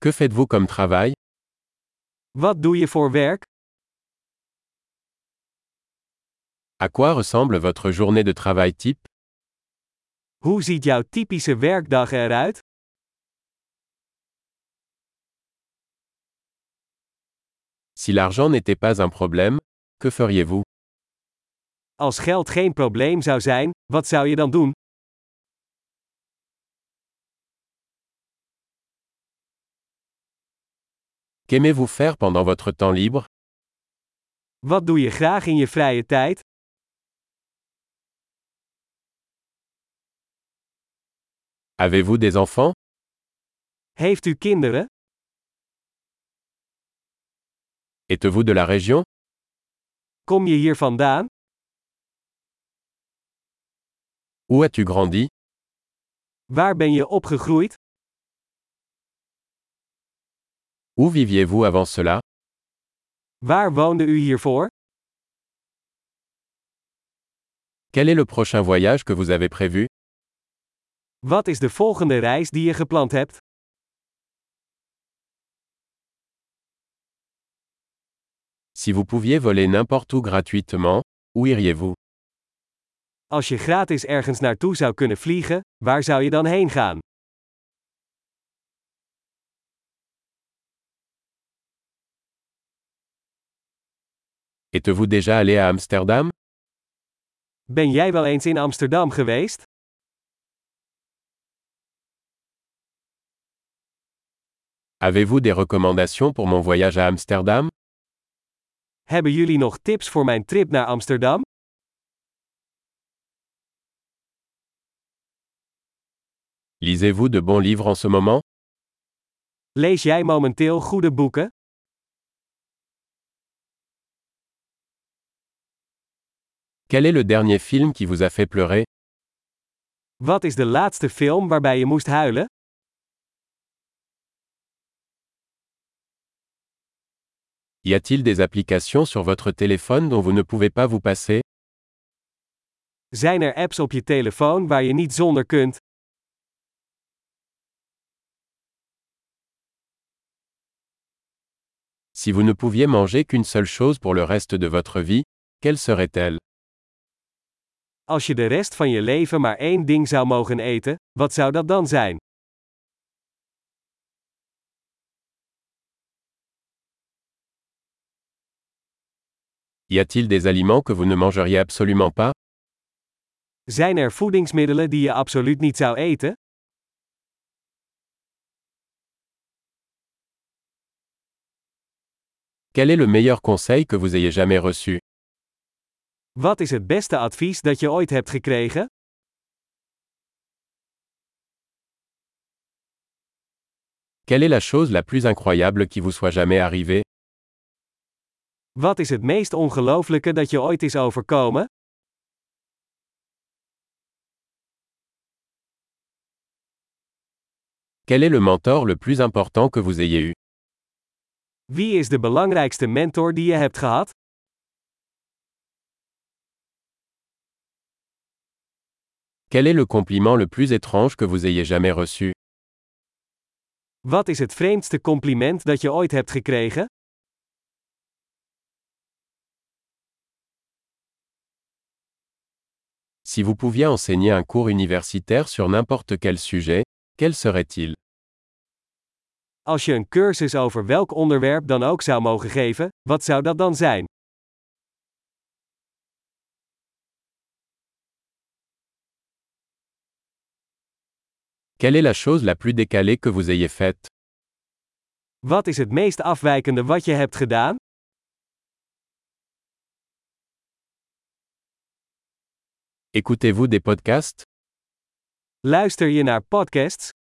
Que faites-vous comme travail Wat doe je voor werk? À quoi ressemble votre journée de travail type Hoe ziet jouw typische werkdag eruit? Si l'argent n'était pas un problème, que feriez-vous Als geld geen probleem zou zijn, wat zou je dan doen? Qu'aimez-vous faire pendant votre temps libre Wat doe je graag in je vrije tijd? Avez-vous des enfants Heeft u kinderen? Êtes-vous de la région Kom je hier vandaan? Où as-tu grandi Waar ben je opgegroeid? Où viviez-vous avant cela Waar woonde u hiervoor? Quel est le prochain voyage que vous avez prévu Wat is de volgende reis die je gepland hebt? Si vous pouviez voler n'importe où gratuitement, où iriez-vous Als je gratis ergens naartoe zou kunnen vliegen, waar zou je dan heen gaan? Êtes-vous déjà allé à Amsterdam Ben jij wel eens in Amsterdam geweest? Avez-vous des recommandations pour mon voyage à Amsterdam Hebben jullie nog tips voor mijn trip naar Amsterdam? Lisez-vous de bons livres en ce moment Lees jij momenteel goede boeken? Quel est le dernier film qui vous a fait pleurer Wat is de laatste film waarbij je moest huilen? Y a-t-il des applications sur votre téléphone dont vous ne pouvez pas vous passer Zijn er apps op je telefoon waar je niet zonder kunt? Si vous ne pouviez manger qu'une seule chose pour le reste de votre vie, quelle serait-elle Als je de rest van je leven maar één ding zou mogen eten, wat zou dat dan zijn? Y a-t-il des aliments que vous ne mangeriez absolument pas Zijn er voedingsmiddelen die je absoluut niet zou eten? Quel est le meilleur conseil que vous ayez jamais reçu Wat is het beste advies dat je ooit hebt gekregen? Quelle est la chose la plus incroyable qui vous soit jamais arrivée Wat is het meest ongelooflijke dat je ooit is overkomen? Quel est le mentor le plus important que vous ayez eu Wie is de belangrijkste mentor die je hebt gehad? Quel est le compliment le plus étrange que vous ayez jamais reçu Wat is het vreemdste compliment dat je ooit hebt gekregen? Si vous pouviez enseigner un cours universitaire sur n'importe quel sujet, quel serait-il Als je een cursus over welk onderwerp dan ook zou mogen geven, wat zou dat dan zijn? Quelle est la chose la plus décalée que vous ayez faite Wat is het meest afwijkende wat je hebt gedaan? Écoutez-vous des podcasts Luister je naar podcasts?